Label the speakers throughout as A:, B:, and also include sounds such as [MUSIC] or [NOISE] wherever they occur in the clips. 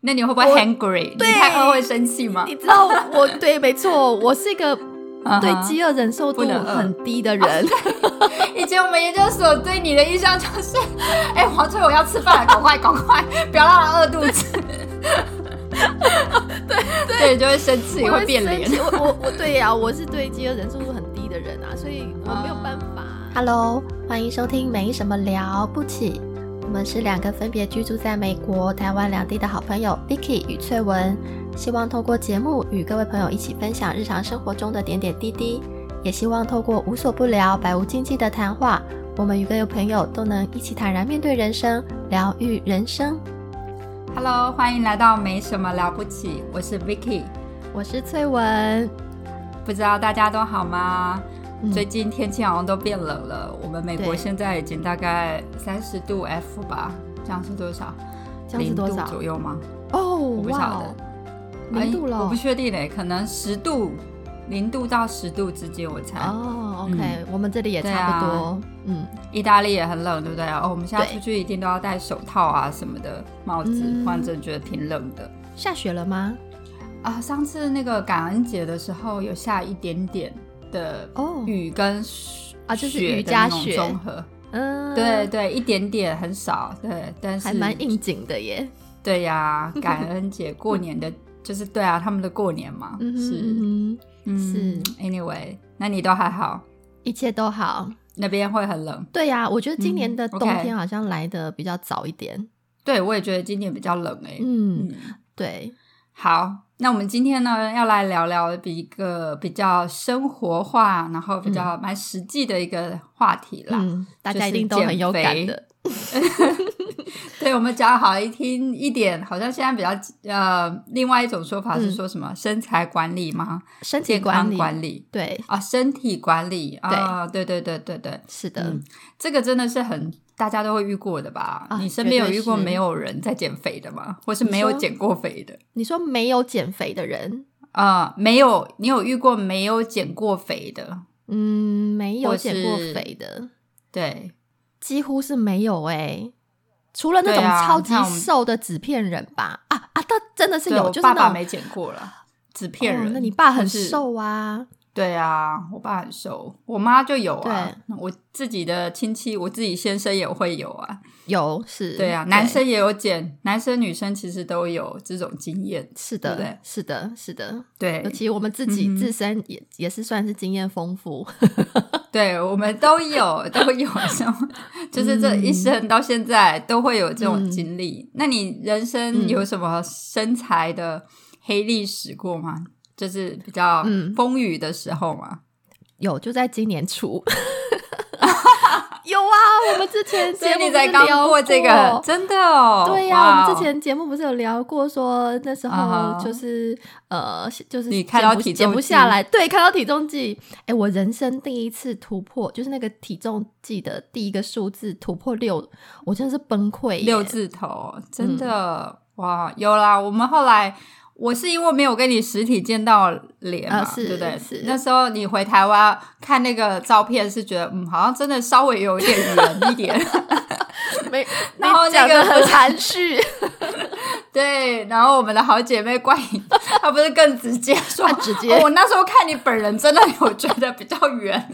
A: 那你会不会 hungry？你
B: 对
A: 太饿会生气吗
B: 你？知道我对，没错，我是一 [LAUGHS] 个
A: 啊哈
B: 对饥饿忍受度
A: 不能饿
B: 很低的人。 [LAUGHS]
A: 以前我们研究所对你的印象就是， [LAUGHS] 哎、黄翠我要吃饭了，赶快赶快，不要让人饿肚子。
B: [LAUGHS]
A: 对对，就会生气，
B: 我
A: 会变
B: 生
A: 脸
B: 气。我我我对呀、我是对饥饿忍受度很低的人啊，所以我没有办法。
C: Hello，欢迎收听《没什么了不起》，我们是两个分别居住在美国、台湾两地的好朋友 Vicky 与翠文，希望透过节目与各位朋友一起分享日常生活中的点点滴滴，也希望透过无所不聊、百无禁忌的谈话，我们与各位朋友都能一起坦然面对人生，疗愈人生。
A: Hello，欢迎来到没什么了不起，我是 Vicky。
C: 我是翠文，
A: 不知道大家都好吗？
C: 嗯
A: 最近天气好像都变冷了，我们美国
C: 对
A: 现在已经大概三十度 F 吧，这样是多少？
B: 这样是多
A: 零
B: 少
A: 度左右吗？
B: 哦，
A: 我不晓
B: 哇
A: 得
B: 哦，，零度
A: 哎
B: 了
A: 我不确定嘞，可能十度，零度到十度之间，我猜。
B: 哦，OK，、我们这里也
A: 嗯对
B: 差不多。
A: 啊
B: 嗯，
A: 意大利也很冷，对不对？哦，我们现在
B: 对
A: 出去一定都要戴手套啊什么的，帽子，
B: 嗯
A: 不然真的觉得挺冷的。
B: 下雪了吗？
A: 啊，上次那个感恩节的时候有下一点点的
B: 哦
A: 雨跟雪
B: 啊就是
A: 雪
B: 雨
A: 的
B: 加
A: 那种
B: 雪
A: 综合，
B: 嗯，
A: 对，对，一点点很少，对，但是
B: 还蛮应景的耶。
A: 对
B: [LAUGHS]
A: 呀、感恩节过年的就是对啊，他们的过年嘛，
B: 嗯哼
A: 是
B: 嗯哼，
A: 嗯
B: 是
A: anyway，那你都还好，
B: 一切都好。
A: 那边会很冷，
B: 对呀、我觉得今年
A: 嗯
B: 的
A: ，OK
B: 冬天好像来的比较早一点。
A: 对我也觉得今年比较冷哎、
B: 嗯，
A: 嗯，
B: 对，
A: 好，那我们今天呢要来聊聊比一个比较生活化，然后比较蛮实际的一个话题啦。
B: 嗯，大
A: 就
B: 家一
A: 是
B: 定都
A: 减
B: 很有感
A: 肥
B: 的。
A: 对我们讲好一听一点，好像现在比较呃，另外一种说法是说什么、身材管理吗？
B: 嗯身体
A: 健康
B: 理，
A: 管理
B: 对，
A: 啊，身体管理啊，对对对对对，
B: 是的，
A: 嗯，这个真的是很大家都会遇过的吧？
B: 啊
A: 你身边有
B: 绝对
A: 遇过
B: 是
A: 没有人在减肥的吗？或是没有
B: 你说
A: 减过肥的？
B: 你说没有减肥的人，
A: 啊、没有，你有遇过没有减过肥的？
B: 嗯，没有
A: 或
B: 减过
A: 是
B: 肥的，
A: 对，
B: 几乎是没有哎、除了那
A: 对
B: 种
A: 啊
B: 超
A: 你
B: 级
A: 看我们
B: 瘦的纸片人吧，啊啊，但真的是
A: 对
B: 有，
A: 我
B: 就是
A: 爸
B: 那
A: 爸
B: 种
A: 没减过了，只骗人、
B: 哦，那你爸很
A: 或是？
B: 瘦啊，
A: 对啊，我爸很瘦，我妈就有啊。我自己的亲戚，我自己先生也会有啊。
B: 有是，
A: 对啊，男生也有减，男生女生其实都有这种经验。
B: 是
A: 对不
B: 的
A: 对，
B: 是的，是的，
A: 对
B: 尤，其我们自己
A: 嗯哼
B: 自身也、也是算是经验丰富，
A: 对，我们都有都有什么，就是这一
B: 嗯
A: 生到现在都会有这种经历。那你人
B: 嗯
A: 生有什么身材的黑历史过吗？就是比较
B: 嗯
A: 风雨的时候嘛。
B: 有就在今年初。有啊，我们之
A: [LAUGHS]
B: 前
A: 所以
B: 节目
A: 你
B: 不
A: 才
B: 是
A: 刚
B: 聊
A: 过这个
B: 过，
A: 真的哦。
B: 对呀、
A: 哇哦
B: 我们之前节目不是有聊过说，那时
A: 啊
B: 候
A: 哈
B: 就是、呃，就是
A: 你
B: 减
A: 看到
B: 不
A: 体
B: 减
A: 重
B: 不
A: 计
B: 下来，对，看到体重计，哎，我人生第一次突破，就是那个体重计的第一个数字突破六，我真的是崩溃耶，
A: 六字头，真的、
B: 嗯
A: 哇，有啦。我们后来，我是因为没有跟你实体见到脸嘛，
B: 啊是
A: 对不对
B: 是？
A: 那时候你回台湾看那个照片，是觉得嗯，好像真的稍微有一点圆一点，
B: [LAUGHS] 没，
A: [LAUGHS] 然后
B: 你
A: 那
B: 讲的
A: 个 [LAUGHS]
B: 很含蓄，
A: 对。然后我们的好姐妹冠颖，她不是更直接说，
B: 她直接
A: 哦我那时候看你本人，真的有觉得比较
B: [LAUGHS]
A: 圆，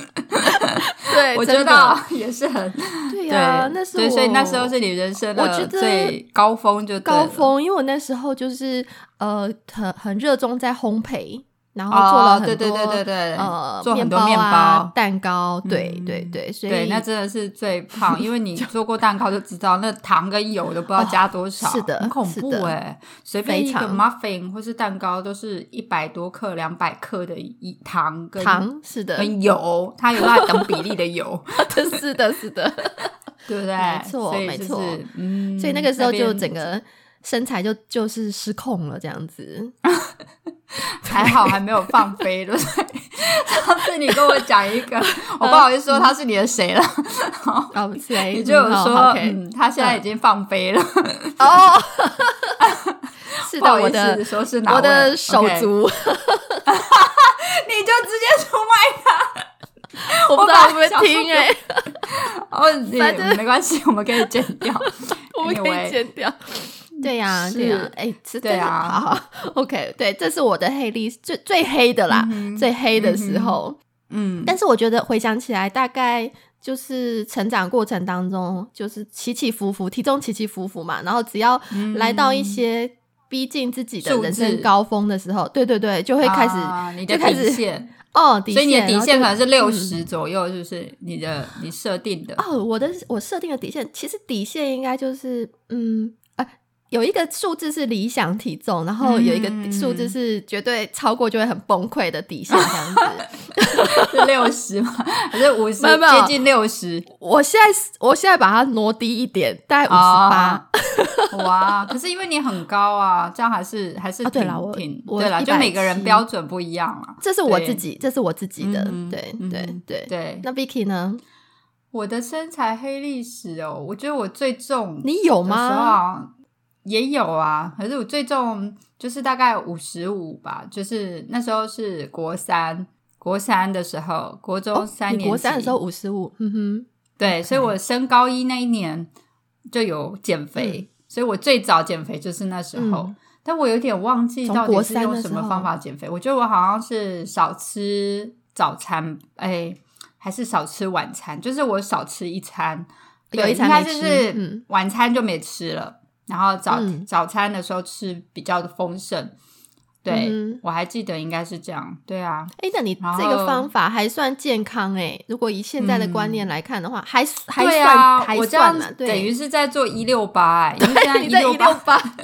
B: 对，
A: 我
B: 哎真
A: 觉
B: 的
A: 得，也是
B: [LAUGHS]
A: 很
B: 对
A: 对
B: 呀、那是
A: 对，
B: 我，
A: 所以那时候是你人生
B: 我觉
A: 的
B: 得
A: 最高峰就对
B: 高
A: 了，
B: 峰，因为我那时候就是呃，很很热衷在烘焙，然后做了
A: 哦
B: 很多、
A: 对对对对对
B: 呃，
A: 做很多
B: 面
A: 面
B: 啊
A: 包、
B: 蛋糕，对
A: 嗯
B: 对对，所以
A: 对，那真的是最胖，因为你做过蛋糕就知道，那糖跟油都不知道加多少，
B: 哦是的
A: 很恐
B: 是
A: 怖
B: 的
A: 哎、随便一个
B: 非常
A: muffin 或是蛋糕都是一百多克、两百克的一糖跟
B: 糖是的， [LAUGHS]
A: 跟油，它有那等比例的油，
B: 是的，是的，
A: 对不对？
B: 没错
A: 所以就是
B: 没错
A: 嗯，
B: [LAUGHS] 所以那个时候就
A: 边
B: 整个身材就就是失控了，这样子。
A: [LAUGHS] 还好还没有放飞，对不 [LAUGHS] 对？上次你跟我讲一个，我不好意思说他是你的谁了，
B: 哦，谁？
A: 你就有
B: 嗯好
A: 说，
B: ，OK
A: 嗯，他现在已经放飞了， [LAUGHS]
B: 哦，是
A: 不
B: 的，
A: 好
B: 我
A: 意思
B: 的
A: 说是哪
B: 我
A: 位
B: 的手
A: OK [LAUGHS]
B: 足，
A: 你就直接出卖
B: 我不知
A: 我本来
B: 道会不会
A: 想说 [LAUGHS]
B: 听哎，
A: 哦，你
B: 反正
A: 没关系，我们可以剪掉。
B: 我们可
A: Anyway 嗯
B: 以剪掉。对呀、
A: 是
B: 对呀、哎、是
A: 对啊
B: 真的好好 OK，对，这是我的黑历史，最最黑的 [LAUGHS] 啦，
A: 嗯哼
B: 最黑的时候。
A: 嗯，
B: 但是我觉得回想起来，大概就是成长过程当中，就是起起伏伏，体重起起伏伏嘛。然后只要
A: 嗯
B: 来到一些逼近自己的
A: 数
B: 人生
A: 字
B: 高峰的时候，对对对，就会开始、
A: 啊你的
B: 就开始
A: 底线，
B: 哦，底
A: 所以你的
B: 然
A: 底
B: 后
A: 线
B: 就
A: 可能是
B: 嗯
A: 六十左右，就是你的你设定
B: [LAUGHS]
A: 的。
B: 哦，我的我设定的底线，其实底线应该就是嗯。呃有一个数字是理想体重，然后有一个
A: 嗯
B: 数字是绝对超过就会很崩溃的底线，这样子。
A: [LAUGHS] 是六十吗？还是五十？
B: 没有没有
A: 接近六十。
B: 我现在我现在把它挪低一点，大概五十八
A: 啊。哇！可是因为你很高啊，这样还是还是
B: 啊
A: 挺、
B: 对啦我
A: 挺
B: 我
A: 对啦，就
B: 170
A: 每个人标准不一样啊。
B: 这是我
A: 对
B: 自己，这是我自己的，
A: 嗯哼
B: 对
A: 嗯
B: 对
A: 哼
B: 对。
A: 对，
B: 那 Vicky 呢？
A: 我的身材黑历史哦，我觉得我最重
B: 你有
A: 有哦时候
B: 吗？
A: 好像也有啊，可是我最重就是大概五十五吧，就是那时候是国三，国三的时候，国中
B: 哦
A: 三
B: 你
A: 年级、
B: 国三的时候五十五，嗯哼，
A: 对，所以我升高一那一年就有减肥，所以我最早减肥就是那时候。
B: 嗯
A: 但我有点忘记
B: 从
A: 到底
B: 国
A: 是
B: 三
A: 用
B: 的
A: 什
B: 时
A: 么
B: 候
A: 方法减肥。我觉得我好像是少吃早餐，哎，还是少吃晚餐，就是我少吃一餐，
B: 有一餐
A: 对应该
B: 没
A: 就
B: 吃
A: 是
B: 嗯
A: 晚餐就没吃了，然后早、
B: 嗯
A: 早餐的时候吃比较丰盛。对，
B: 嗯
A: 我还记得应该是这样。对啊，
B: 哎，那你
A: 然
B: 这个
A: 后
B: 方法还算健康哎。如果以现在的观念来看的话，还
A: 嗯
B: 还
A: 对
B: 算、
A: 啊，
B: 还
A: 我这样
B: 算啦，对，
A: 等于是在做一六八，因为现在
B: [LAUGHS] 你
A: 一
B: 在一
A: 六
B: 六
A: 八，
B: 八。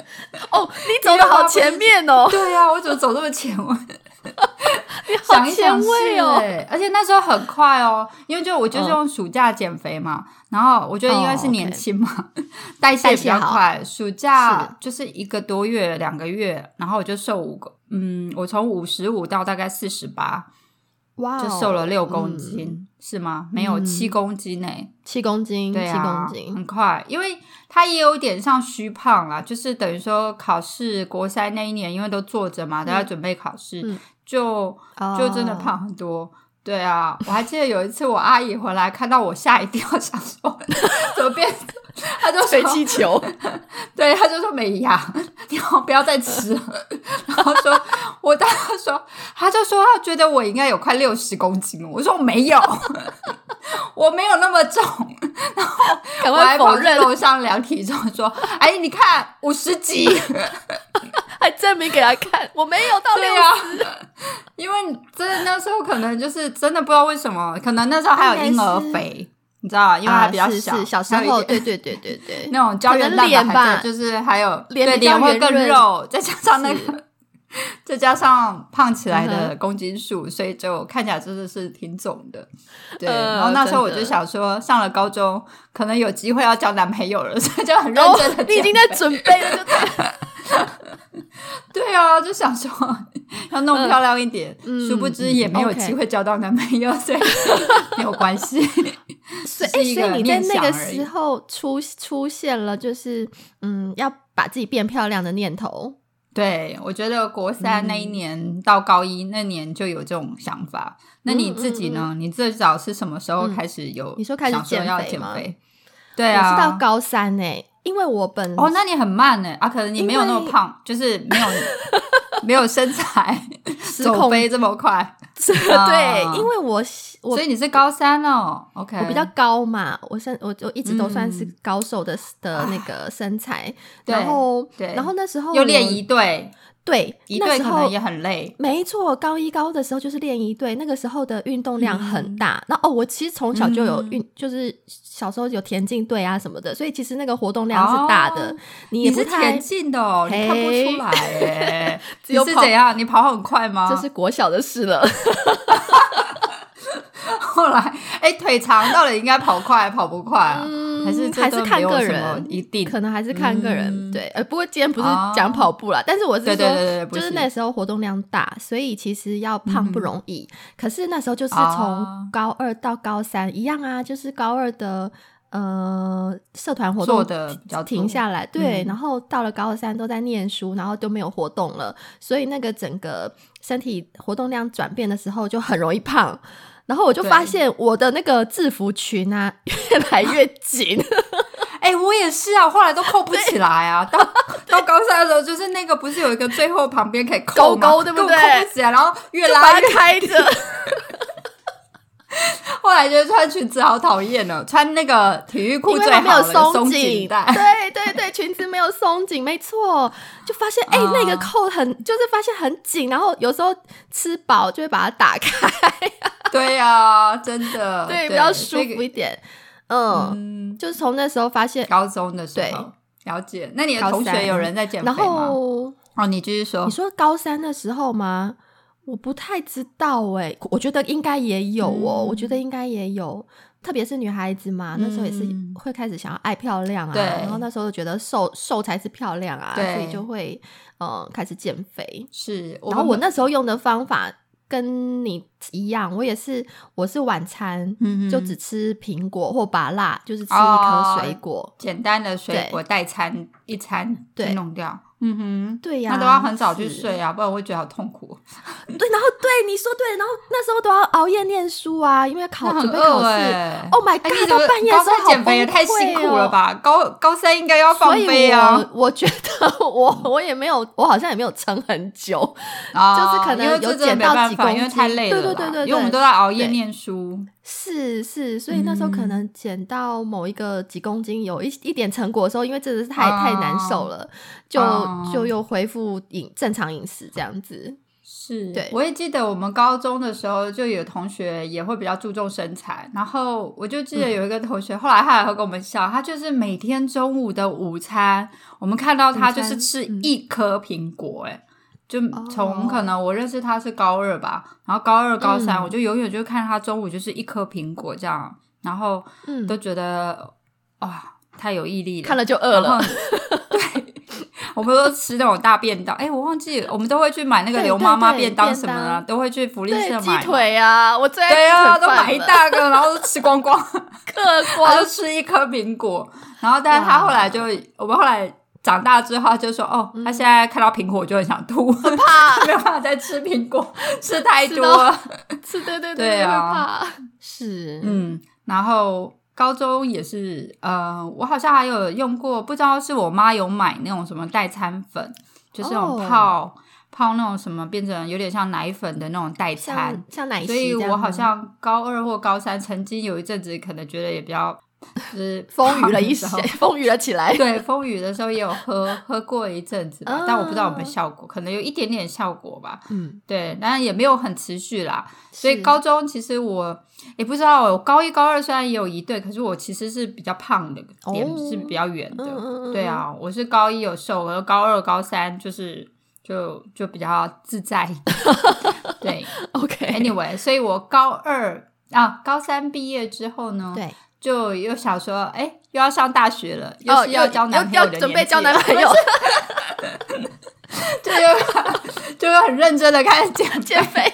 B: 哦，你走的好前面哦，
A: [LAUGHS] 对啊，我怎么走这么前卫？
B: [LAUGHS] 你好
A: 想一
B: 前
A: 想是
B: 卫哦。嗯
A: 欸而且那时候很快哦，因为就我就是用暑假减肥嘛，然后我觉得应
B: 哦
A: 该是年轻嘛， [LAUGHS] 代谢比较快。暑假就是一个多月、两个月，然后我就瘦五个，嗯，我从五十五到大概四十八，
B: 哇哦，
A: 就瘦了六公斤，是吗？没有
B: 嗯
A: 七公斤呢、哎
B: 七公斤，
A: 对
B: 七
A: 啊
B: 公，斤。
A: 很快，因为他也有点像虚胖啦，就是等于说考试国三那一年，因为都坐着嘛，大家准备考试，
B: 嗯
A: 就
B: 哦
A: 就真的胖很多。对啊，我还记得有一次我阿姨回来看到我吓一跳， [LAUGHS] 想说怎么变，她就
B: 水
A: 说 [LAUGHS]
B: 气球，
A: 对，他就说没牙，你好不要再吃了。 [LAUGHS] 然后说，我当时说，他就说他觉得我应该有快六十公斤了，我说我没有， [LAUGHS] 我没有那么重。
B: 赶
A: 我
B: 快
A: 还
B: 否
A: 跑去
B: 认，
A: 楼上量体重，
B: [LAUGHS]
A: 说，哎，你看五十几，
B: 还证明给他看，我没有到
A: 对啊
B: 六
A: 呀、 [LAUGHS] 因为真的那时候可能就是真的不知道为什么，可能那时候还有婴儿
B: 应该是
A: 肥，你知道，因为
B: 啊
A: 还比较
B: 是
A: 小，
B: 是小时
A: 还有一
B: 候，
A: 点
B: 对对对对对，
A: [LAUGHS] 那种胶原蛋白还在，就是还有
B: 脸
A: 对
B: 比较
A: 脸会更
B: 圆润
A: 肉，再加上那个，再加上胖起来
B: 嗯
A: 的公斤数，所以就看起来真的是挺肿的。对，
B: 呃
A: 然后那时候我
B: 真
A: 就
B: 的
A: 想说，上了高中可能有机会要交男朋友了，所以就很认
B: 然后
A: 真的。
B: 哦你已经在准备了，就对了
A: [LAUGHS] 对啊，就想说要弄漂亮一点，
B: 嗯
A: 殊不知也没有
B: OK
A: 机会交到男朋友，所以没有关系。
B: [LAUGHS] 所
A: [LAUGHS] 只
B: 以
A: 是
B: 哎
A: 一
B: 所以你在
A: 念
B: 那
A: 想
B: 个
A: 而已
B: 时候出出现了，就是嗯，要把自己变漂亮的念头。
A: 对，我觉得国三那一年到高一那年就有这种想法。那你自己
B: 嗯
A: 呢？你最早是什么时候开始有？
B: 你说开始
A: 想说
B: 减
A: 要
B: 肥
A: 减
B: 吗
A: 肥？对
B: 我
A: 啊，
B: 是到高三呢、因为我本
A: 哦，那你很慢呢啊，可能你没有那
B: 因
A: 么
B: 为
A: 胖，就是没有 [LAUGHS] 没有身材，[LAUGHS]
B: 失
A: 走
B: 控，
A: 飞这么快，啊
B: [LAUGHS] 对，因为我我
A: 所以你是高三哦。OK，
B: 我比较高嘛，我身我我一直都算是
A: 嗯
B: 高手的的那个身材，
A: 对
B: 然后
A: 对
B: 然后那时候
A: 又
B: 我
A: 练一队，
B: 对，
A: 一
B: 那
A: 队
B: 时
A: 可
B: 候
A: 能也很累。
B: 没错，高一高的时候就是练一队，那个时候的运动量很
A: 嗯
B: 大。那、哦，我其实从小就有运，就是小时候有田径队啊什么的，所以其实那个活动量是大的。
A: 哦
B: 你也
A: 你
B: 不
A: 是
B: 太
A: 田径的哦，你看不
B: 嘿
A: 出来
B: [LAUGHS]
A: 哎。
B: 只
A: 你
B: 有
A: 是
B: 跑
A: 怎样？你跑很快吗？
B: 这是国小的事了。
A: [LAUGHS] 后来，哎、腿长到底应该跑快跑不快啊？
B: 嗯
A: 还是这
B: 还是
A: 都
B: 看
A: 没有
B: 个
A: 什么
B: 人
A: 一定
B: 可能还是看个人，
A: 嗯
B: 对。呃，不过今天不是
A: 哦
B: 讲跑步啦，但是我是说，
A: 对对对对不
B: 就是
A: 是
B: 那时候活动量大，所以其实要胖不容易。可是那时候就是
A: 哦
B: 从高二到高三一样啊，就是高二的。呃，社团活
A: 做
B: 动
A: 得比较多
B: 停下来，对，
A: 嗯
B: 然后到了高三都在念书，然后都没有活动了，所以那个整个身体活动量转变的时候就很容易胖。然后我就
A: 对
B: [LAUGHS] 发现我的那个制服裙啊越来越紧，
A: 哎、哎，我也是啊，我后来都扣不起来
B: [LAUGHS]
A: 啊。到到高三的时候，就是那个不是有一个最后旁边可以扣
B: 勾
A: 吗
B: 勾对不
A: 根本
B: 对
A: 扣不起来，然后越
B: 就
A: 拉
B: 把
A: 越
B: 它开着，
A: 后来觉得穿裙子好讨厌哦，穿那个体育 [LAUGHS] 裤
B: 因为
A: 最
B: 它没
A: 好
B: 有
A: 了有
B: 松
A: 紧
B: 紧，
A: 带。 [LAUGHS]
B: 对对对，裙子没有松紧，没错，就发现哎、
A: 啊
B: 那个扣很，就是发现很紧，然后有时候吃饱就会把它打开，
A: 对呀，真的，
B: [LAUGHS] 对，比较舒
A: 哦这个
B: 服一点。嗯，
A: 嗯，
B: 就是从那时候发现，
A: 高中的时
B: 对
A: 候了解。那你的
B: 高
A: 同学
B: 三
A: 有人在减肥
B: 然
A: 吗？
B: 后
A: 哦，你继续说
B: 你。说高三的时候吗？我不太知道哎、我觉得应该也有哦，
A: 嗯
B: 我觉得应该也有，特别是女孩子嘛，那时候也是
A: 嗯
B: 会开始想要爱漂亮啊，
A: 对
B: 然后那时候就觉得瘦瘦才是漂亮啊，
A: 对
B: 所以就会嗯开始减肥。
A: 是，
B: 然后我
A: 们
B: 那时候用的方法跟你一样，我也是，我是晚餐、
A: 嗯
B: 就
A: 哼
B: 只吃苹果或芭辣，就是吃一颗水
A: 哦
B: 果。
A: 简单的水
B: 对
A: 果代餐一餐就
B: 对
A: 弄掉。嗯哼，
B: 对呀、
A: 那都要很早去
B: 是
A: 睡啊，不然我会觉得好痛苦。
B: 对，然后对你说对，然后那时候都要熬夜念书啊，因为考
A: 那很
B: 准备考
A: 饿
B: 试。
A: 哎
B: Oh my
A: 哎
B: god！
A: 你怎
B: 到
A: 么
B: 半夜的
A: 高
B: 时候
A: 三
B: 好
A: 减肥也
B: 崩
A: 太辛
B: 溃
A: 苦了
B: 哦？
A: 吧？高高三应该要放
B: 所以
A: 飞啊
B: 我，我觉得我我也没有，我好像也没有撑很久。
A: 啊
B: 就是可能
A: 因为
B: 有
A: 这真的
B: 减到
A: 没办
B: 几
A: 法
B: 公
A: 因为太
B: 斤
A: 累了
B: 对
A: 啦，
B: 对对对
A: 因为我们
B: 对
A: 都在熬夜
B: 对
A: 念书，
B: 是是，所以那时候可
A: 嗯
B: 能减到某一个几公斤，有一一点成果的时候，因为真的是太、太难受了，就、
A: 哦
B: 就又恢复饮正常饮食这样子。
A: 是，
B: 对
A: 我也记得我们高中的时候，就有同学也会比较注重身材，然后我就记
B: 嗯
A: 得有一个同学，后来他还会跟我们笑，他就是每天中午的午餐，我们看到他就是吃
B: 餐嗯
A: 一颗苹果、欸，哎、就从
B: 哦
A: 可能我认识他是高二吧，然后高二、高三，
B: 嗯
A: 我就永远就看他中午就是一颗苹果这样，然后
B: 嗯，
A: 都觉得哇、太有毅力了，
B: 看了就饿
A: 然
B: 了
A: 后。我们都吃那种大便当，哎、我忘记我们都会去买那个
B: 对
A: 刘
B: 对
A: 妈妈
B: 对
A: 便当
B: 便
A: 什么的啊，
B: 当
A: 都会去福利社
B: 对，鸡
A: 买。
B: 腿啊，我最爱
A: 对啊，
B: 鸡
A: 都
B: 腿
A: 买一
B: [LAUGHS] 饭了，
A: 大个，然后都吃
B: [LAUGHS]
A: 光光，
B: 嗑
A: 然
B: 光
A: 后就吃一颗苹果。然后，但是他后来就，我们后来长大之后他就说，哦，他现在看到苹果就很想吐，
B: 嗯
A: [LAUGHS]
B: 怕。
A: 没有办法再吃苹
B: [LAUGHS]
A: 果，吃太
B: 吃
A: 多
B: 到
A: 了。
B: 是，对对
A: 对啊
B: 会怕是，
A: 嗯，然后高中也是，呃，我好像还有用过，不知道是我妈有买那种什么代餐粉，就是那种
B: 哦
A: 泡、泡那种什么变成有点像奶粉的那种代餐
B: 像。像 [LAUGHS] 奶昔
A: 所
B: 这
A: 以
B: 样吗，
A: 我好像高二或高三曾经有一阵子，可能觉得也比较就是
B: 风雨了 [LAUGHS] 一些
A: 时，
B: 风雨了起来。
A: [LAUGHS] 对，风雨的时候也有喝喝过一阵子吧，但我不知道有没
B: 啊
A: 有效果，可能有一点点效果吧。
B: 嗯，
A: 对，当然也没有很持续啦。所以
B: 是
A: 高中其实我也不知道，我高一高二虽然也有一对，可是我其实是比较胖的，
B: 哦
A: 脸是比较圆的。
B: 嗯嗯嗯
A: 对啊，我是高一有瘦，然后高二高三就是就就比较自在 [LAUGHS] 一点。对
B: ，OK，
A: ，anyway，所以我高二啊高三毕业之后呢，
B: 对，
A: 就又想说，哎、又要上大学了，又
B: 哦
A: 是要交男朋友
B: 要
A: 的、
B: 准备交男朋 [LAUGHS] 友，
A: [LAUGHS] 就又 [LAUGHS] 就又很认真的开始减肥
B: 减肥。 [LAUGHS]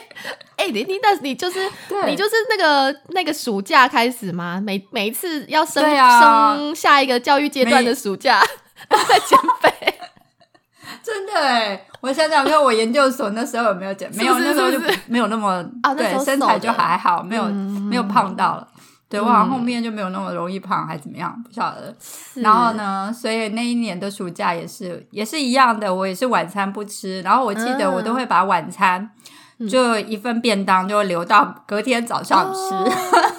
B: 哎，你你那你就是 [LAUGHS]
A: 对
B: 你就是那个那个暑假开始吗？每每一次要升
A: 对啊
B: 升下一个教育阶段
A: 每
B: 的暑 [LAUGHS] 假都在减肥，
A: 真的哎，我想想看，我研究所那时候有没有减？
B: 是不
A: 没有，
B: 是
A: 那时候就是
B: 不
A: 不
B: 是
A: 没有那么
B: 啊那时
A: 对
B: 候
A: 身
B: 瘦
A: 材
B: 的
A: 就还好，没有、
B: 嗯
A: 没有胖到了。对我好像后面就没有那么容易胖，还怎么样？不晓得。然后呢，所以那一年的暑假也是也是一样的，我也是晚餐不吃。然后我记
B: 嗯
A: 得我都会把晚餐、就一份便当就留到隔天早上吃，
B: 哦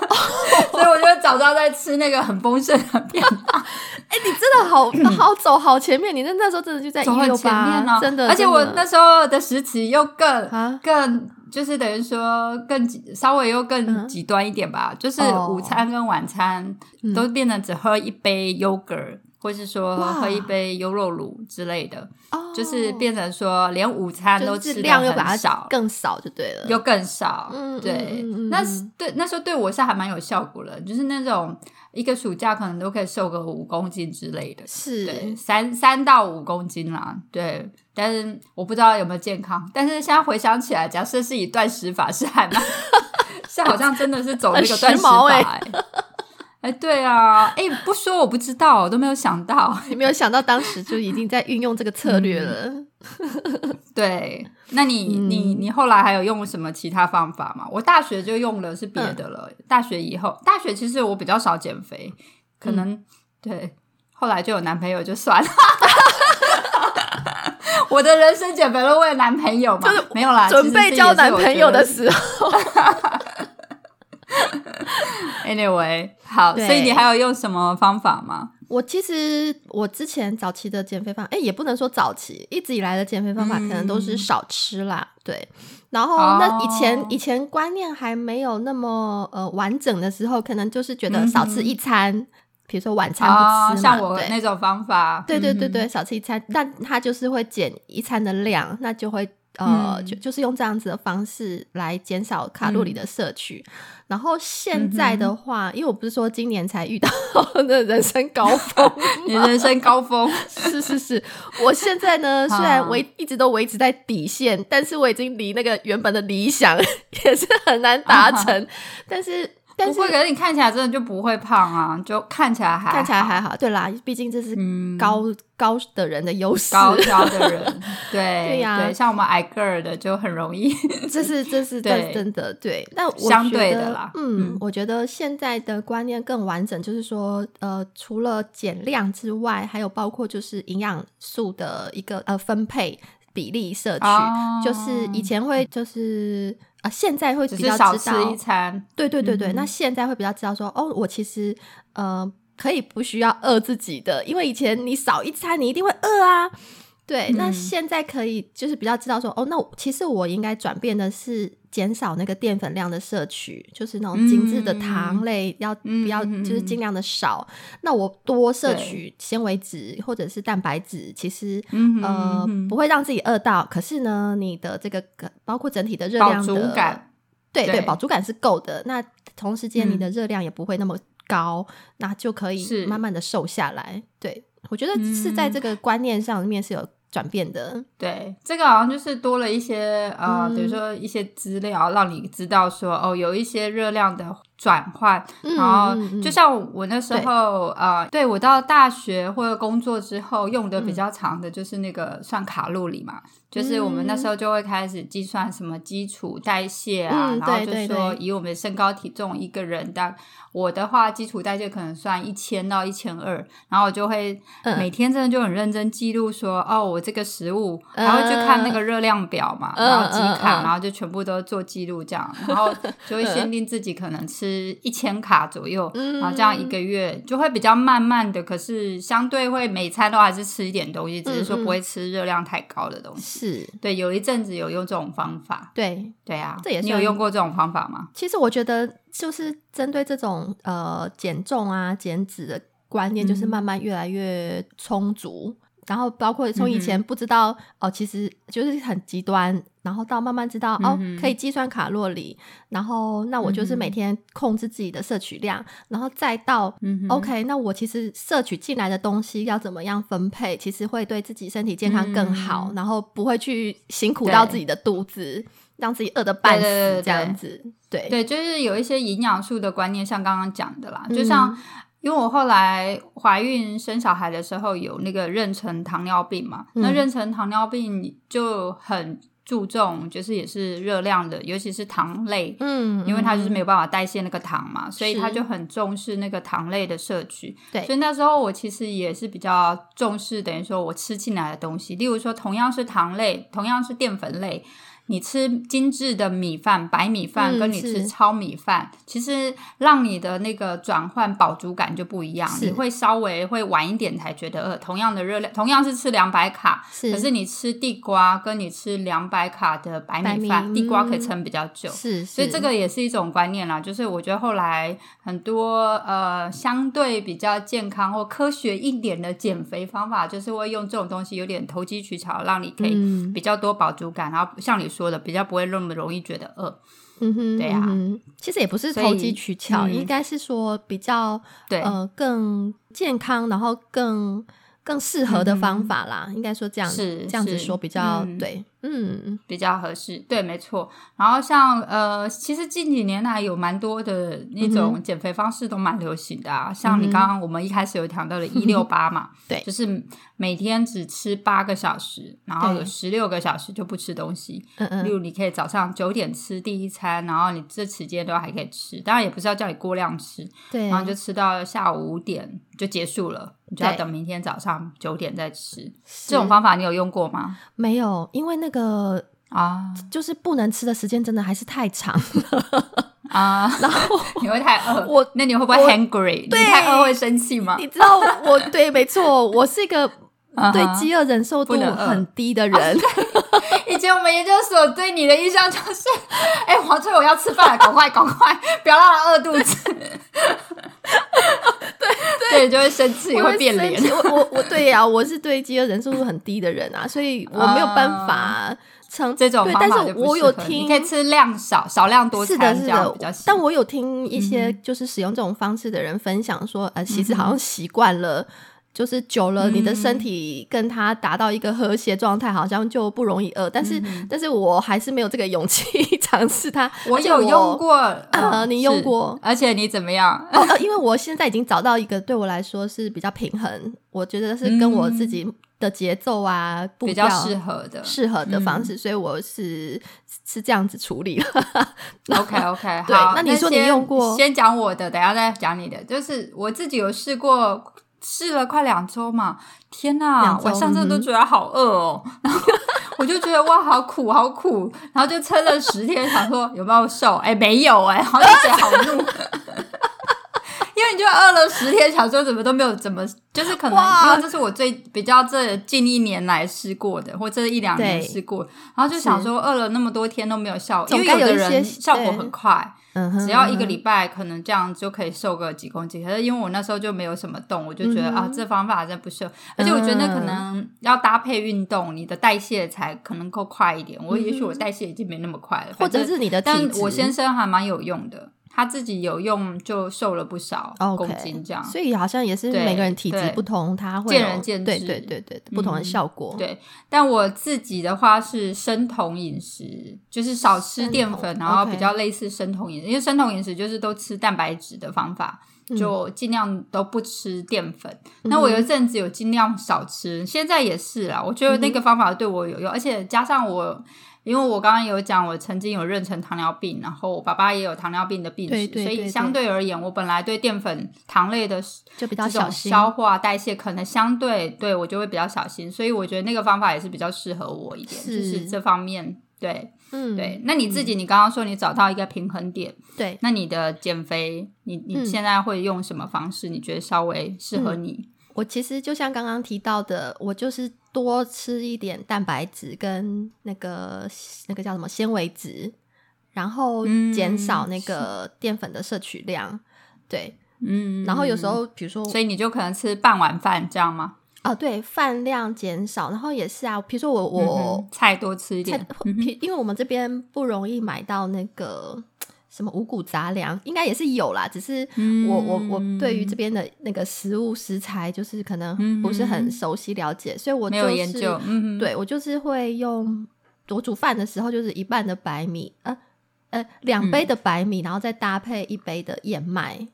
A: [LAUGHS] 所以我就早上在吃那个很丰盛的便当。
B: 哎你真的好好走好前面，你那那时候真的就在一
A: 走很
B: 六
A: 前面
B: 八，
A: 呢、
B: 哎真的，
A: 而且我
B: 真的
A: 那时候的时期又更、
B: 啊
A: 更，就是等于说更极稍微又更极端一点吧，就是
B: 嗯哦嗯
A: 午餐跟晚餐都变成只喝一杯 yogurt，、或是说
B: 哇
A: 喝一杯优酪乳之类的，
B: 哦
A: 就是变成说连午餐都
B: 就是
A: 吃的
B: 量又把它
A: 很少。
B: 更少就对了，
A: 又更少，
B: 嗯
A: 对，
B: 嗯嗯嗯
A: 那
B: 嗯
A: 是对那时候对我是还蛮有效果的，就是那种一个暑假可能都可以瘦个五公斤之类的，对，
B: 是
A: 三三到五公斤啦，对。但是我不知道有没有健康，但是现在回想起来，假设是以断食法是还蛮， [LAUGHS] 是好像真的是走那个断食法、
B: 很时髦欸
A: 哎、哎对啊，哎、不说我不知道，我都没有想到。
B: 你没有想到当时就已经在运用这个
A: 嗯
B: 策略了。
A: 对，那你、
B: 嗯
A: 你你后来还有用什么其他方法吗？我大学就用的是别
B: 嗯嗯
A: 的了，大学以后，大学其实我比较少减肥，可能、对。后来就有男朋友就算了。 [LAUGHS] 我的人生减肥都为了男朋友嘛，
B: 就是
A: 没有啦，
B: 准备交男朋友的
A: 事。
B: 时候， [LAUGHS]
A: Anyway，好，
B: 对
A: 所以你还有用什么方法吗？
B: 我其实我之前早期的减肥方，哎、也不能说早期，一直以来的减肥方法可能都是
A: 嗯
B: 少吃啦，对。然后
A: 哦
B: 那以前、以前观念还没有那么呃完整的时候，可能就是觉得少吃一餐，比如说晚餐
A: 嗯哦
B: 不，吃嘛，
A: 像我
B: 对
A: 那种方法，
B: 对对对
A: 嗯
B: 对，少吃一餐，但它就是会减一餐的量，那就会呃，
A: 嗯
B: 就就是用这样子的方式来减少卡路里的摄取。然后
A: 嗯
B: 现在的话，因为我不是说今年才遇到 [LAUGHS] 的人生高峰， [LAUGHS]
A: 嗯你人生高峰，
B: 是是是，我现在呢，虽然
A: 好
B: 维一直都维持在底线，但是我已经离那个原本的理想 [LAUGHS] 也是很难达成，但是 [LAUGHS] 但
A: 啊不会，
B: 是
A: 可是你看起来真的就不会胖啊，就看起来还
B: 看起来
A: 好
B: 还好，对啦，毕竟这是
A: 嗯
B: 高、高的人的优势，
A: [LAUGHS] 高挑的人，对
B: 对呀
A: 像我们矮个儿的就很容易，
B: 这是这是
A: 对
B: 这是真的对，但我觉
A: 相对
B: 得
A: 的啦
B: 嗯
A: 嗯，
B: 我觉得现在的观念更完整，就是说，呃，除了减量之外，还有包括就是营养素的一个呃分配比例摄
A: [LAUGHS]
B: 取，
A: 哦
B: 就是以前会就是啊、呃现在会
A: 只
B: 比
A: 是
B: 较
A: 少
B: 知
A: 吃
B: 道
A: 一，餐，
B: 对对对对，
A: 嗯
B: 那现在会比较知道说，哦，我其实呃可以不需要饿自己的，因为以前你少一餐，你一定会饿啊。对，那
A: 嗯
B: 现在可以就是比较知道说，哦，那我其实我应该转变的是减少那个淀粉量的摄取，就是那种精致的糖类、要
A: 嗯
B: 不要
A: 嗯嗯
B: 就是
A: 嗯
B: 尽量的少。那我多摄取纤维质或者是蛋白质，其实
A: 嗯
B: 呃不
A: 会
B: 会让自己饿到，可是呢，你的这个包括整体的热
A: 饱
B: 量
A: 足
B: 的
A: 感，
B: 对对，
A: 对嗯
B: 饱足感是够的。那同时间，你的热量也不会那么高，那就可以
A: 是
B: 慢慢的瘦下来。对，我觉得是在
A: 嗯
B: 这个观念上面是有转变的。
A: 对，这个好像就是多了一些呃，
B: 嗯
A: 比如说一些资料，让你知道说哦，有一些热量的转换，
B: 嗯
A: 然后
B: 嗯嗯
A: 就像我那时候呃，对我到大学或者工作之后用
B: 嗯
A: 的比较长的就是那个算卡路里嘛，就是我们
B: 嗯
A: 那时候就会开始计算什么基础代谢啊，
B: 嗯
A: 然后
B: 对
A: 就
B: 对
A: 说
B: 对
A: 以我们身高体重一个人的，我的话基础代谢可能算一千到一千二，然后我就会
B: 嗯
A: 每天真的就很认真记录说，哦，我这个食物，然后去看那个热量表嘛，
B: 嗯
A: 然后几
B: 嗯
A: 卡，
B: 嗯
A: 然后就全部都做记录这
B: [LAUGHS]
A: 样，然后就会限定自己可能吃一千卡左右，
B: 嗯
A: 然后这样一个月就会比较慢慢的，可是相对会每餐都还是吃一点东西，只是说
B: 嗯嗯
A: 不会吃热量太高的东西。
B: 是
A: 对，有一阵子有用这种方法，
B: 对。
A: 对啊，
B: 这也
A: 你有
B: 算
A: 用过这种方法吗？
B: 其实我觉得，就是针对这种呃减重啊、减脂的观念，就是
A: 嗯
B: 慢慢越来越充足。然后包括从
A: 嗯
B: 以前不知道、哦，其实就是很极端，然后到慢慢知道、
A: 嗯
B: 哦，
A: 哼
B: 可以计算卡路里，然后那我就是
A: 嗯哼
B: 每天控制自己的摄取量，然后再到
A: 嗯哼
B: OK，那我其实摄取进来的东西要怎么样分配，其实会对自己身体健康更好，
A: 嗯
B: 然后不会去辛苦到自己的肚子，让自己饿得半死
A: 对对对对
B: 这样子。对，
A: 对，就是有一些营养素的观念，像刚刚讲的啦，就
B: 嗯
A: 像因为我后来怀孕生小孩的时候有那个妊娠糖尿病嘛，那
B: 嗯
A: 妊娠糖尿病就很注重，就是也是热量的，尤其是糖类。
B: 嗯，
A: 因为它就是没
B: 有
A: 有办法代谢那个糖嘛，所以
B: 是
A: 它就很重视那个糖类的摄取。
B: 对
A: 所以那时候我其实也是比较重视，等于说我吃进来的东西，例如说同样是糖类，同样是淀粉类，你吃精致的米饭、白米
B: 嗯
A: 饭，跟你吃
B: 是
A: 糙米饭，其实让你的那个转换饱足感就不一样，
B: 是
A: 你会稍微会晚一点才觉得饿。同样的热量，同样是吃两百卡，
B: 是
A: 可是你吃地瓜跟你吃两百卡的白
B: 白米
A: 米饭，地瓜可以
B: 嗯
A: 撑比较久。
B: 是，
A: 所以这个也是一种观念啦，就是我觉得后来很多呃相对比较健康或科学一点的减肥方法，就是会用这种东西有点投机取巧，让你可以
B: 嗯
A: 比较多饱足感，然后像你说的，比较不会那么容易觉得饿。
B: 嗯哼，
A: 对啊
B: 嗯哼其实也不是
A: 所
B: 投
A: 以
B: 机取巧，
A: 嗯
B: 应该是说比较
A: 对，
B: 呃更健康，然后更更适合的方法啦。应该说这样
A: 嗯是
B: 这样子
A: 是
B: 说比较、
A: 嗯
B: 对，嗯
A: 比较合适。对，没错。然后像呃，其实近几年来有蛮多的那种减肥方式都蛮流行的啊，像
B: 嗯
A: 你
B: 哼
A: 刚刚我们一开始有谈到的一六八嘛，
B: [LAUGHS] 对
A: 就是每天只吃八个小时，然后
B: 对
A: 有十六个小时就不吃东西。
B: 嗯
A: 例
B: 嗯，
A: 如，你可以早上九点吃第一餐，然后你这期间都还可以吃，当然也不是要叫你过量吃，
B: 对，
A: 然后就吃到下午五点就结束了，你就要等明天早上九点再吃。这种方法你有用过吗？
B: 没有，因为那个
A: 啊
B: 就是不能吃的时间真的还是太长了
A: 啊，
B: 然后
A: [LAUGHS] 你会太饿，
B: 我
A: 那你会不会
B: 我
A: hungry？你
B: 对
A: 太饿会生气吗？
B: [LAUGHS] 你知道我 [LAUGHS] 对，没错，我是一个
A: 啊哈
B: 对饥饿啊忍受度
A: 不能饿
B: 很低的人。
A: 以前我们研究所对你的印象就是， [LAUGHS] 哎、黄翠，我要吃饭了，赶快赶快，不要让他饿肚子。 [LAUGHS] 对对，就会生
B: [LAUGHS]
A: 气，
B: 我
A: 会变
B: 生
A: 脸
B: 气。我我我对呀、我是对饥饿忍受度很低的人啊，所以我没有办法成
A: 这种
B: 对，
A: 方
B: 但
A: 法就是不
B: 我
A: 适
B: 有
A: 合
B: 听
A: 你可以吃量少，少量多
B: 是
A: 餐，
B: 的，是
A: 这样比较
B: 的
A: 喜。嗯
B: 但我有听一些就是使用这种方式的人分享说，呃，其实好像习惯了。就是久了，你的
A: 嗯
B: 身体跟它达到一个和谐状态，好像就不容易饿。但
A: 嗯
B: 是，但是我还是没有这个勇气 [LAUGHS] 尝试它。
A: 我
B: 而且
A: 有用过， [COUGHS]
B: 啊
A: 嗯
B: 你用
A: 是
B: 过
A: 而且你怎么样？
B: 哦，呃因为我现在已经找到一个对我来说是比较平衡，我觉得是跟我自己的节奏啊、步
A: 嗯比
B: 调
A: 较适合嗯的。
B: 适合的方式，所以我是是这样子处理了。 [LAUGHS]
A: OK OK，
B: 对
A: 好。
B: 那你说你
A: 先
B: 用过
A: 先讲我的，等一下再讲你的。就是我自己有试过，试了快两周嘛，天呐
B: 两，周嗯
A: 晚上真的都觉得好饿哦。 [LAUGHS] 然后我就觉得哇，好苦，好苦，然后就撑了十天，想说有没有瘦？哎，没有哎、然后就觉得好
B: [LAUGHS]
A: 怒，因为你就饿了十天，想说怎么都没有怎么，就是可能
B: 哇
A: 因为这是我最比较这近一年来试过的，或这一两年
B: 对
A: 试过，然后就想说饿了那么多天都没有效，
B: 总
A: 因为
B: 该
A: 有的
B: 有一些
A: 人效果
B: 对
A: 很快，
B: 嗯哼，
A: 只要一个礼拜，可能这样就可以瘦个几公斤。可是因为我那时候就没有什么动，我就觉得、
B: 嗯哼嗯
A: 啊，这方法真不适合。而且我觉得那可能要搭配运动，你的代谢才可能够快一点。我也许我代谢已经没那么快了，
B: 嗯或者
A: 反正
B: 是你的体
A: 但
B: 质，
A: 我先生还蛮有用的，他自己有用就瘦了不少
B: OK，
A: 公斤这样。
B: 所以好像也是
A: 对
B: 每个人体质
A: 对
B: 不同，他会
A: 见
B: 有
A: 仁见
B: 对
A: 智
B: 对对对，不同的
A: 嗯
B: 效果。
A: 对，但我自己的话是生酮饮食，就是少吃
B: 生
A: 淀
B: 酮
A: 粉，然后比
B: OK
A: 较类似生酮饮食，因为生酮饮食就是都吃蛋白质的方法，
B: 嗯
A: 就尽量都不吃淀粉。那我有一阵子有尽量少吃，现在也是啦。我觉得
B: 嗯
A: 那个方法对我有用，而且加上我。因为我刚刚有讲，我曾经有妊娠糖尿病，然后我爸爸也有糖尿病的病史，
B: 对对
A: 所
B: 对
A: 以
B: 对
A: 相对而言，我本来对淀粉、糖类的
B: 就比较
A: 这
B: 小
A: 种
B: 心。
A: 消化代谢，可能相对对我就会比较小心，所以我觉得那个方法也是比较适合我一点，
B: 是
A: 就是这方面。对
B: 嗯，
A: 对，那你自己，你刚刚说你找到一个平衡点，
B: 对。
A: 那你的减肥，你你
B: 嗯
A: 现在会用什么方式？你觉得稍微适合你？
B: 我其实就像刚刚提到的，我就是多吃一点蛋白质跟那个那个叫什么纤维质，然后
A: 嗯
B: 减少那个淀粉的摄取量。对，
A: 嗯，
B: 然后有时，候比如说
A: 所以你就可能吃半碗饭这样吗？
B: 啊，对，饭量减少，然后也是啊，比如说我
A: 嗯
B: 我
A: 哼菜多吃一
B: 菜
A: 点，嗯哼
B: 因为我们这边不容易买到那个什么五谷杂粮，应该也是有啦，只是我、我我对于
A: 嗯
B: 这边的那个食物食材，就是可能不是很熟悉了解，所以我、就
A: 没
B: 是、
A: 有研究，嗯，，
B: 对我就是会用我煮饭的时候，就是一半的白米，呃呃，两
A: 嗯
B: 杯的白米，然后再搭配一杯的燕麦。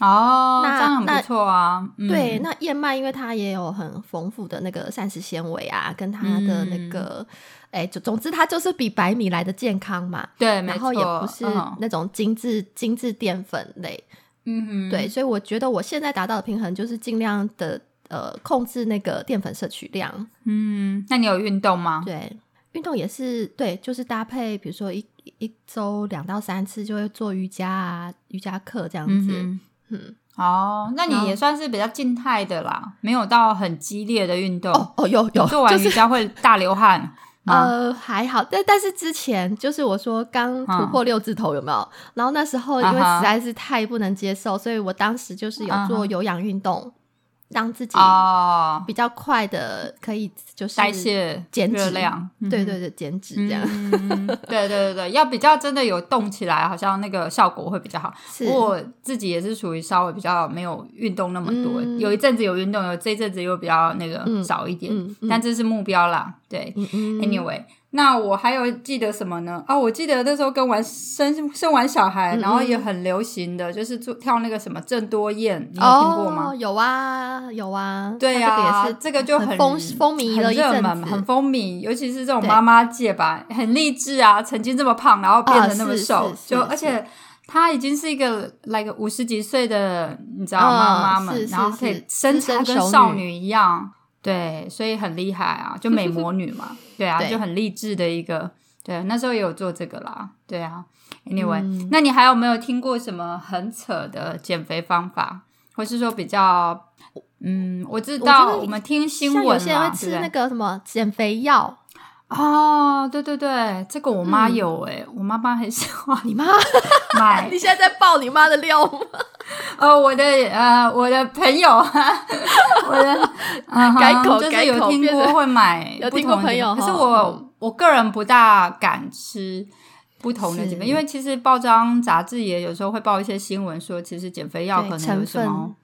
A: 哦，这
B: 那
A: 样很
B: 那
A: 不错啊，嗯
B: 对，那燕麦因为它也有很丰富的那个膳食纤维啊，跟它的那
A: 嗯
B: 个，哎、就总之它就是比白米来的健康嘛。
A: 对，没
B: 然
A: 错，
B: 后也不是
A: 嗯
B: 那种精致、精致淀粉类，
A: 嗯哼，
B: 对，所以我觉得我现在达到的平衡就是尽量的呃控制那个淀粉摄取量，
A: 嗯，那你有运动吗？
B: 对，运动也是对，就是搭配，比如说一一周两到三次就会做瑜伽啊、瑜伽课这样子，
A: 嗯哼
B: 嗯
A: 哦，那
B: 然
A: 你
B: 后
A: 也算是比较静态的啦，没有到很激烈的运动。
B: 哦哦有有，
A: 做完
B: 就
A: 瑜
B: 是
A: 伽会大流
B: [LAUGHS]
A: 汗。啊，
B: 呃，还好，但但是之前就是我说刚突破六字头有没有？然后那时候因为
A: 嗯啊哈
B: 实在是太不能接受，所以我当时就是有
A: 啊
B: 做
A: 哈
B: 有氧运动，让自己
A: 哦，
B: 比较快的可以就是
A: 代，谢
B: 减脂
A: 热量，
B: 对对对，减脂
A: 嗯，
B: 这样。
A: 嗯嗯嗯对对对对，要比较真的有动起来，好像那个效果会比较好。
B: 是
A: 我自己也是属于稍微比较没有运动那么多，
B: 嗯
A: 有一阵子有运动，有这一阵子又比较那个
B: 嗯
A: 少一点，
B: 嗯嗯
A: 但这是目标啦。对，
B: 嗯嗯
A: Anyway，那我还有记得什么呢？哦，我记得那时候跟完生生完小孩，
B: 嗯嗯
A: 然后也很流行的，就是做跳那个什么郑多燕，你有听过吗？
B: 哦，有啊有啊，
A: 对呀、
B: 呀，这个也是
A: 这个就
B: 很
A: 很
B: 风风靡了
A: 很
B: 一阵
A: 热
B: 子
A: 门，很风靡，尤其是这种
B: 对
A: 妈妈界吧，很励志啊，曾经这么胖，然后变得那么
B: 啊是
A: 瘦，
B: 是是
A: 就是而且。她已经是一个 like 五十几岁的，你知道妈妈们，
B: 嗯是是
A: 然后可以
B: 是
A: 身
B: 资
A: 材
B: 深
A: 跟
B: 熟
A: 少
B: 女
A: 女一样，对，所以很厉害啊，就美魔女嘛，对啊，
B: [LAUGHS] 对
A: 就很励志的一个。对，那时候也有做这个啦，对啊。Anyway，、
B: 嗯
A: 那你还有没有听过什么很扯的减肥方法，或是说比较？嗯，我知
B: 我觉
A: 道
B: 得
A: 我们听新
B: 像有
A: 闻
B: 些人
A: 嘛，
B: 会
A: 对
B: 吃
A: 不对
B: 那个什么减肥药，
A: 哦，对对对，这个我妈
B: 嗯
A: 有诶、我妈妈很喜欢 [LAUGHS]
B: 你妈，
A: 买
B: 你现在在爆你妈的料吗？ [LAUGHS]
A: 呃，我的呃，我的朋友， [LAUGHS] 我的、嗯哼
B: 改口
A: 就是
B: 改
A: 有
B: 口
A: 听
B: 变
A: 过
B: 成，
A: 会买
B: 有
A: 不
B: 听过
A: 同的
B: 朋友
A: 减可是
B: 哈
A: 我我个人不大敢吃不同的减肥，
B: 是
A: 因为其实报章杂志也有时候会报一些新闻说，其实减肥药
B: 对
A: 可能有
B: 成
A: 什么
B: 分，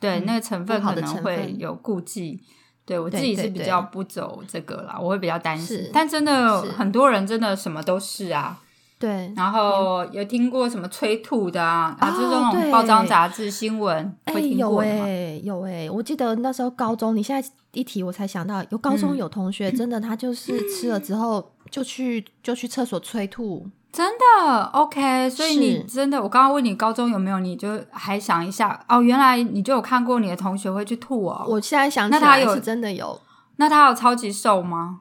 A: 对
B: 嗯
A: 那个成
B: 不
A: 分
B: 好
A: 可
B: 的
A: 能
B: 成
A: 会
B: 分
A: 有顾忌。对我自
B: 对
A: 己是
B: 对
A: 比
B: 对
A: 较不走这个啦，我会比较担心
B: 是。
A: 但真的
B: 是
A: 很多人真的什么都是啊，
B: 对，
A: 然后有听过什么催吐的啊，啊，就是那
B: 哦
A: 种
B: 对
A: 报章杂志新闻
B: 哎、
A: 会听
B: 有
A: 过
B: 哎、
A: 的嘛。
B: 有哎、我记得那时候高中，你现在一提我才想到，有高
A: 嗯
B: 中有
A: [CLEARS THROAT]
B: 同学、真的他就是吃了之后就去就去厕所催吐，
A: 真的 OK，所以你
B: 是
A: 真的，我刚刚问你高中有没有，你就还想一下哦，原来你就有看过你的同学会去吐哦。
B: 我现在想
A: 那
B: 起
A: 他
B: 来
A: 有
B: 是真的有。
A: 那他有超级瘦吗？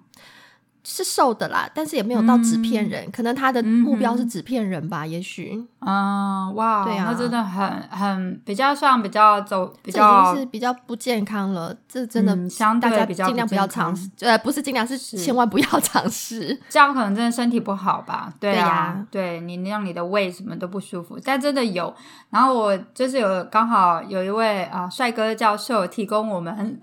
B: 是瘦的啦，但是也没有到纸片人，可能他的
A: 嗯哼
B: 目标是纸片人吧，也许
A: 嗯，哇，
B: 对啊
A: 那真的很很比较算比较走比
B: 这已
A: 较
B: 经是比较不健康了。这真的
A: 嗯相
B: 大
A: 对
B: 家
A: 比较
B: 尽量
A: 不
B: 不要
A: 健康
B: 尝试，呃，不是尽量是
A: 是
B: 千万不要尝试。
A: 这样可能真的身体不好吧？对
B: 对
A: 啊
B: 呀，
A: 对,、你让你的胃什么都不舒服，但真的有。然后我就是有刚好有一位啊、帅哥教授提供我们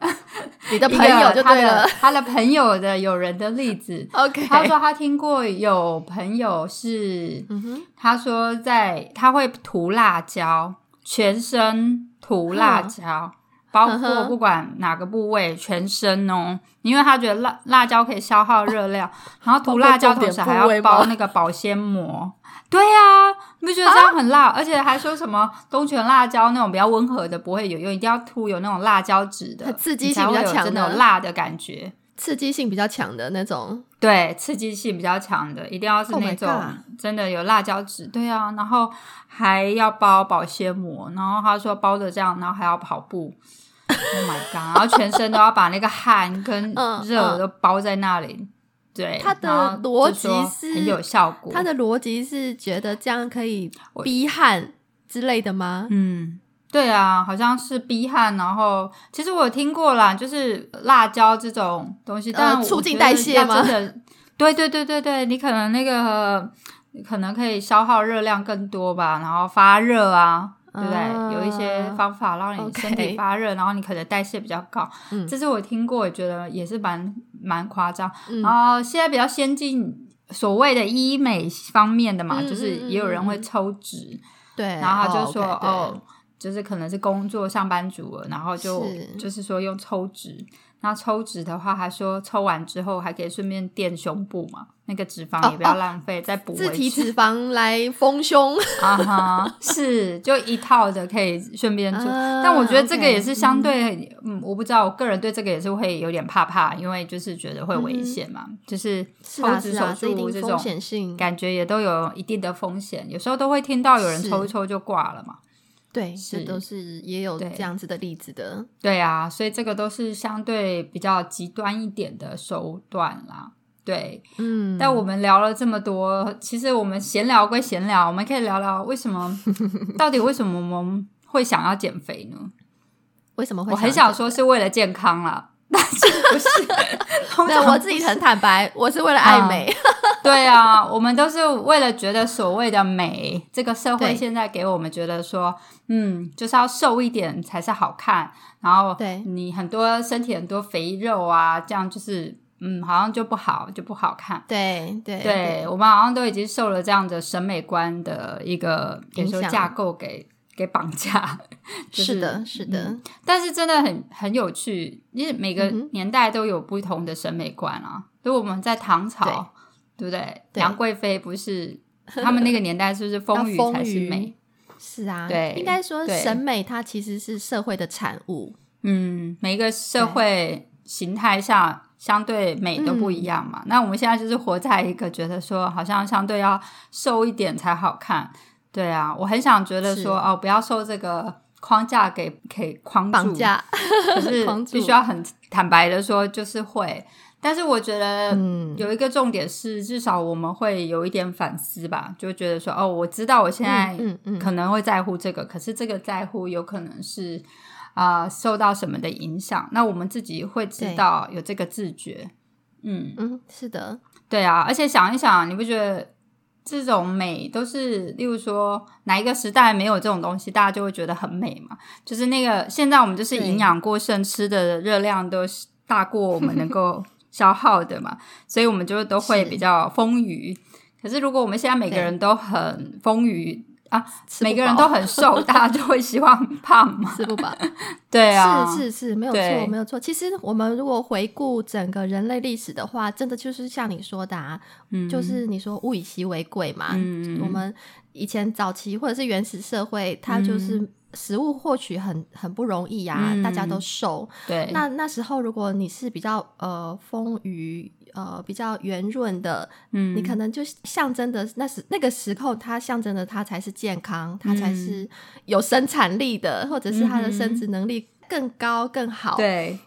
B: 你的
A: 一
B: 朋
A: 个
B: 友就
A: 他
B: 对
A: 的
B: 了
A: 他的朋友的友人的例
B: [LAUGHS]
A: 子。
B: ，OK，
A: 他说他听过有朋友是，
B: 嗯哼，
A: 他说在他会涂辣椒，全身涂辣椒，包
B: 嗯
A: 括
B: 哼
A: 不管哪个部位，全身哦，因为他觉得辣辣椒可以消耗热量，然后涂辣椒
B: 包括
A: 同
B: 哦重点
A: 时还
B: 部位
A: 要
B: 吗
A: 包那个保鲜膜。对呀、啊，你不觉得这样很辣？而且还说什么东泉辣椒那种比较温和的不会有用，一定要涂有那种辣椒籽的，
B: 它刺激
A: 你才
B: 性比
A: 会
B: 较
A: 有
B: 强
A: 真的
B: 的
A: 有辣的感觉。
B: 刺激性比较强的那种，
A: 对，刺激性比较强的，一定要是
B: Oh my
A: 那种
B: God
A: 真的有辣椒籽。对啊，然后还要包保鲜膜，然后他说包着这样，然后还要跑步。Oh my god！然后全身都要把那个汗跟
B: 嗯
A: 热
B: 嗯
A: 都包在那里。对，
B: 他的
A: 然后就
B: 逻辑
A: 说
B: 是
A: 很有效果。
B: 他的逻辑是觉得这样可以逼汗之类的吗？
A: 嗯，对啊，好像是逼汗，然后其实我有听过啦，就是辣椒这种东西，
B: 呃
A: 但我
B: 促进
A: 觉得
B: 代谢
A: 要
B: 吗
A: 真的，对对对对对，你可能那个可能可以消耗热量更多吧，然后发热啊。对不对？有一些
B: 啊
A: 方法让你
B: OK
A: 身体发热然后你可能代谢比较高。
B: 嗯
A: 这是我听过，我觉得也是蛮蛮夸张。
B: 嗯
A: 然后现在比较先进，所谓的医美方面的嘛，
B: 嗯
A: 就是
B: 嗯嗯
A: 也有人
B: 嗯
A: 会
B: 嗯
A: 抽脂，
B: 对，
A: 然后他就说
B: 哦
A: 哦
B: OK，对
A: 就是可能是工作上班族了，然后就是就是说用抽脂。那抽脂的话，还说抽完之后还可以顺便垫胸部嘛，那个脂肪
B: 哦
A: 也不要
B: 哦
A: 浪费，再补
B: 自
A: 回
B: 体
A: 去。
B: 脂肪来丰胸，
A: 啊哈，是就一套的可以顺便做。
B: 啊
A: 但我觉得这个
B: OK，
A: 也是相对，嗯我不知道，我个人对这个也是会有点怕怕，因为就是觉得会危
B: 嗯
A: 险嘛，就是
B: 是
A: [LAUGHS] 抽
B: 啊
A: 脂
B: 是
A: 手
B: 啊，这一
A: 术
B: 定
A: 这
B: 风
A: 种
B: 险性，
A: 感觉也都有一定的风险，有时候都会听到有人
B: 是
A: 抽一抽就挂了嘛。
B: 对，
A: 是
B: 这都是也有
A: 对
B: 这样子的例子的。
A: 对啊，所以这个都是相对比较极端一点的手段啦。对，
B: 嗯，
A: 但我们聊了这么多，其实我们闲聊归闲聊，我们可以聊聊为什
B: [LAUGHS]
A: 么，到底为什么我们会想要减肥呢？
B: 为什么会？
A: 我很想，说是为了健康啦，但是不是？通
B: [LAUGHS] 对
A: 常
B: 我自己很坦白，我是
A: [LAUGHS]
B: 为了
A: 嗯
B: 爱美。 [LAUGHS]
A: 对啊，我们都是为了觉得所谓的美，这个社会
B: 对
A: 现在给我们觉得说，嗯，就是要瘦一点才是好看，然后
B: 对
A: 你很多身体很多肥肉啊，这样就是嗯，好像就不好，就不好看。
B: 对对
A: 对我们好像都已经受了这样的审美观的一个，比如说
B: 影响
A: 架构给给绑架。就是嗯
B: 是的，是的，
A: 但是真的很很有趣，因为每个
B: 嗯哼
A: 年代都有不同的审美观啊。所以我们在唐朝，对不对？
B: 对
A: 杨贵妃不是他们那个年代，是不是
B: 要 [LAUGHS]
A: 丰腴才是
B: 丰腴
A: 美？
B: 是啊，
A: 对
B: 应该说
A: 对
B: 审美它其实是社会的产物。
A: 嗯，每个社会形态下相对美都不一样嘛。
B: 嗯
A: 那我们现在就是活在一个觉得说，好像相对要瘦一点才好看。对啊，我很想觉得说
B: 是
A: 哦，不要受这个框架给给框住，
B: 绑架，
A: [LAUGHS] 可是
B: [LAUGHS] 框住
A: 必须要很坦白的说，就是会。但是我觉得
B: 嗯
A: 有一个重点是，至少我们会有一点反思吧，就觉得说哦，我知道我现在
B: 嗯嗯嗯
A: 可能会在乎这个，可是这个在乎有可能是啊、受到什么的影响，那我们自己会知
B: 对
A: 道有这个自觉，嗯，
B: 嗯，是的，
A: 对啊，而且想一想，你不觉得这种美都是，例如说哪一个时代没有这种东西，大家就会觉得很美嘛？就是那个现在我们就是
B: 对
A: 营养过剩，吃的热量都是大过我们能
B: [LAUGHS]
A: 够消耗的嘛，所以我们就都会
B: 是
A: 比较丰腴。可是如果我们现在每个
B: 对
A: 人都很丰腴啊，
B: 吃不
A: 每个人
B: 饱
A: 都很瘦，大家就会希望胖嘛？
B: [LAUGHS] 吃不饱，
A: 对啊，
B: 是是是，没有
A: 对
B: 错，没有错。其实我们如果回顾整个人类历史的话，真的就是像你说的、啊，
A: 嗯
B: 就是你说物以稀为贵嘛。
A: 嗯
B: 我们以前早期或者是原始社会，它就是食物获取很很不容易啊，
A: 嗯
B: 大家都瘦。
A: 对
B: 那那时候如果你是比较呃丰腴呃比较圆润的，
A: 嗯
B: 你可能就象征的那时那个时候，它象征的它才是健康，它才
A: 嗯
B: 是有生产力的，或者是它的
A: 嗯
B: 生
A: 哼
B: 殖能力更高更好。
A: 对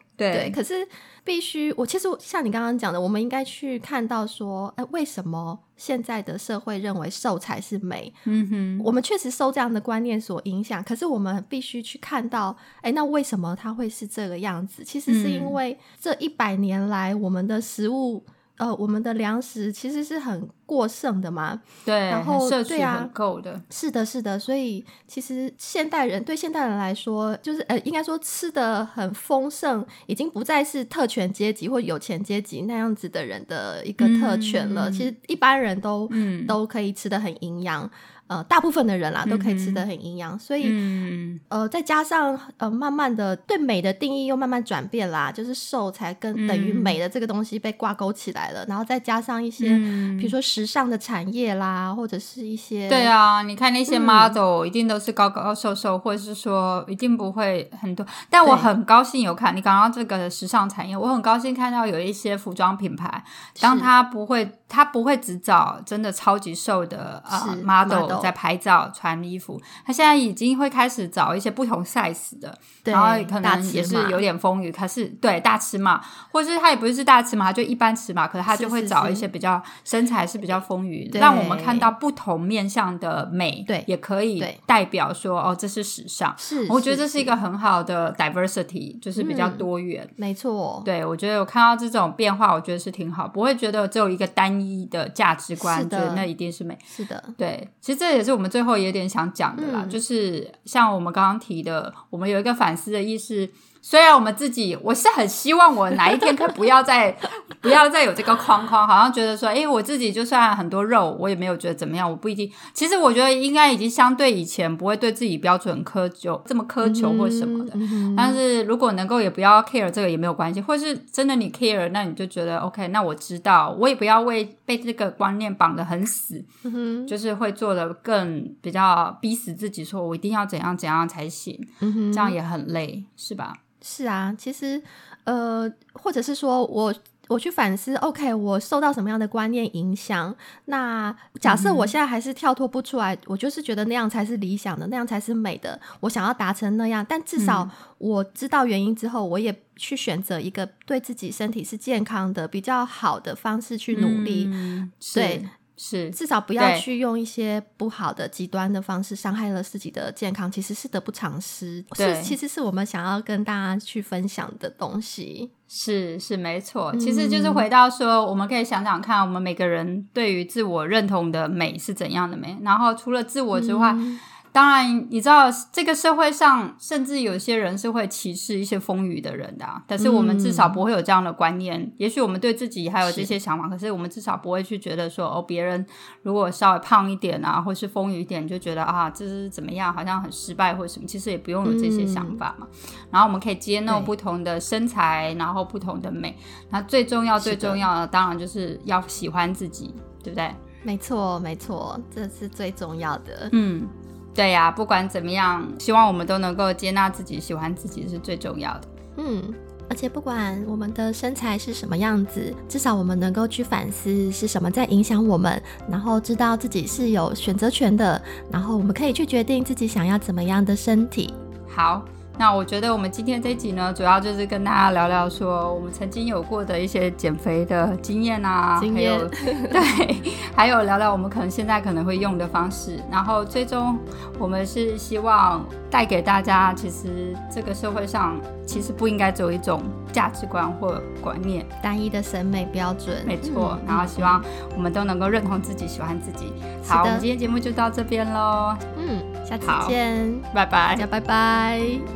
A: 对
B: 对，可是必须我其实像你刚刚讲的，我们应该去看到说，哎、为什么现在的社会认为瘦才是美？
A: 嗯哼，
B: 我们确实受这样的观念所影响，可是我们必须去看到，哎，那为什么它会是这个样子？其实是
A: 嗯
B: 因为这一百年来，我们的食物，呃，我们的粮食其实是很过剩的嘛。
A: 对，
B: 然后
A: 摄
B: 对
A: 取
B: 啊
A: 很够的，
B: 是的，是的，所以其实现代人对现代人来说，就是呃，应该说吃的很丰盛，已经不再是特权阶级或有钱阶级那样子的人的一个特权了。
A: 嗯
B: 其实一般人都、
A: 嗯
B: 都可以吃的很营养，呃，大部分的人啦都可以吃的很营养，所以。
A: 嗯
B: 呃，再加上呃，慢慢的对美的定义又慢慢转变啦，就是瘦才跟等于
A: 嗯
B: 美的这个东西被挂钩起来了，然后再加上一些，
A: 嗯
B: 比如说时尚的产业啦，或者是一些
A: 对啊，你看那些
B: 嗯
A: model 一定都是高高瘦瘦，或者是说一定不会很多。但我
B: 对
A: 很高兴有看你刚刚这个时尚产业，我很高兴看到有一些服装品牌，当
B: 是
A: 他不会他不会只找真的超级瘦的呃
B: 是
A: model
B: model
A: 在拍照穿衣服，他现在已经会开始找一些不同 size 的，
B: 对
A: 然后可
B: 大
A: 能
B: 尺
A: 也是
B: 码
A: 有点丰腴，可是对大尺码，或是他也不是大尺码，他就一般尺码，可是他
B: 是
A: 就会
B: 是
A: 找
B: 是
A: 一些比较身材是比较丰腴，
B: 对
A: 让我们看到不同面向的美，
B: 对
A: 也可以
B: 对
A: 代表说哦，这是时尚。
B: 是，
A: 我觉得这是一个很好的 diversity，就是比较
B: 嗯
A: 多元。
B: 没错，
A: 对，我觉得我看到这种变化，我觉得是挺好，不会觉得只有一个单一的价值观，
B: 是
A: 觉
B: 的
A: 得那一定是美。
B: 是的，
A: 对，其实这也是我们最后有点想讲的啦，
B: 嗯
A: 就是像我们刚刚提的，我们有一个反思的意识。虽然我们自己，我是很希望我哪一天可以不要再 [LAUGHS] 不要再有这个框框，好像觉得说，诶，我自己就算很多肉，我也没有觉得怎么样，我不一定。其实我觉得应该已经相对以前不会对自己标准苛求这么苛求或什么的。
B: 嗯哼
A: 但是如果能够也不要 care 这个也没有关系，或是真的你 care，那你就觉得 OK，那我知道，我也不要为被这个观念绑得很死，
B: 嗯哼
A: 就是会做的更比较逼死自己，说我一定要怎样怎样才行，
B: 嗯哼
A: 这样也很累，是吧？
B: 是啊，其实呃，或者是说我我去反思，OK，我受到什么样的观念影响？那假
A: 嗯
B: 设我现在还是跳脱不出来，我就是觉得那样才是理想的，那样才是美的，我想要达成那样，但至
A: 嗯
B: 少我知道原因之后，我也去选择一个对自己身体是健康的、比较好的方式去努力。
A: 嗯、
B: 对
A: 是，是，
B: 至少不要
A: 对
B: 去用一些不好的、极端的方式伤害了自己的健康，其实是得不偿失。
A: 对
B: 是，其实是我们想要跟大家去分享的东西。
A: 是是没错，其实就是
B: 嗯
A: 回到说，我们可以想想看，我们每个人对于自我认同的美是怎样的美。然后除了自我之外，当然你知道这个社会上，甚至有些人是会歧视一些风雨的人的、啊，但是我们至少不会有这样的观念。也许我们对自己还有这些想法，可是我们至少不会去觉得说，哦，别人如果稍微胖一点啊，或是风雨一点，就觉得啊，这是怎么样，好像很失败或什么。其实也不用有这些想法嘛。然后我们可以接纳
B: 对
A: 不同的身材，然后不同的美。那最重要、
B: 是
A: 最
B: 的
A: 重要的，当然就是要喜欢自己，对不对？
B: 没错，没错，这是最重要的。
A: 嗯，对呀、不管怎么样，希望我们都能够接纳自己、喜欢自己是最重要的。
B: 嗯，而且不管我们的身材是什么样子，至少我们能够去反思是什么在影响我们，然后知道自己是有选择权的，然后我们可以去决定自己想要怎么样的身体。
A: 好，那我觉得我们今天这一集呢，主要就是跟大家聊聊说我们曾经有过的一些减肥的经验啊，
D: 经
A: 还
D: 验
A: 有 [LAUGHS] 对，还有聊聊我们可能现在可能会用的方式。然后最终我们是希望带给大家，其实这个社会上其实不应该只有一种价值观或观念，
B: 单一的审美标准，
A: 没错。
B: 嗯
A: 然后希望我们都能够认同自己，喜欢自己。好，我
B: 的
A: 们今天节目就到这边喽，
B: 嗯，下次
A: 好
B: 见，
A: 拜拜
B: 大家。拜拜。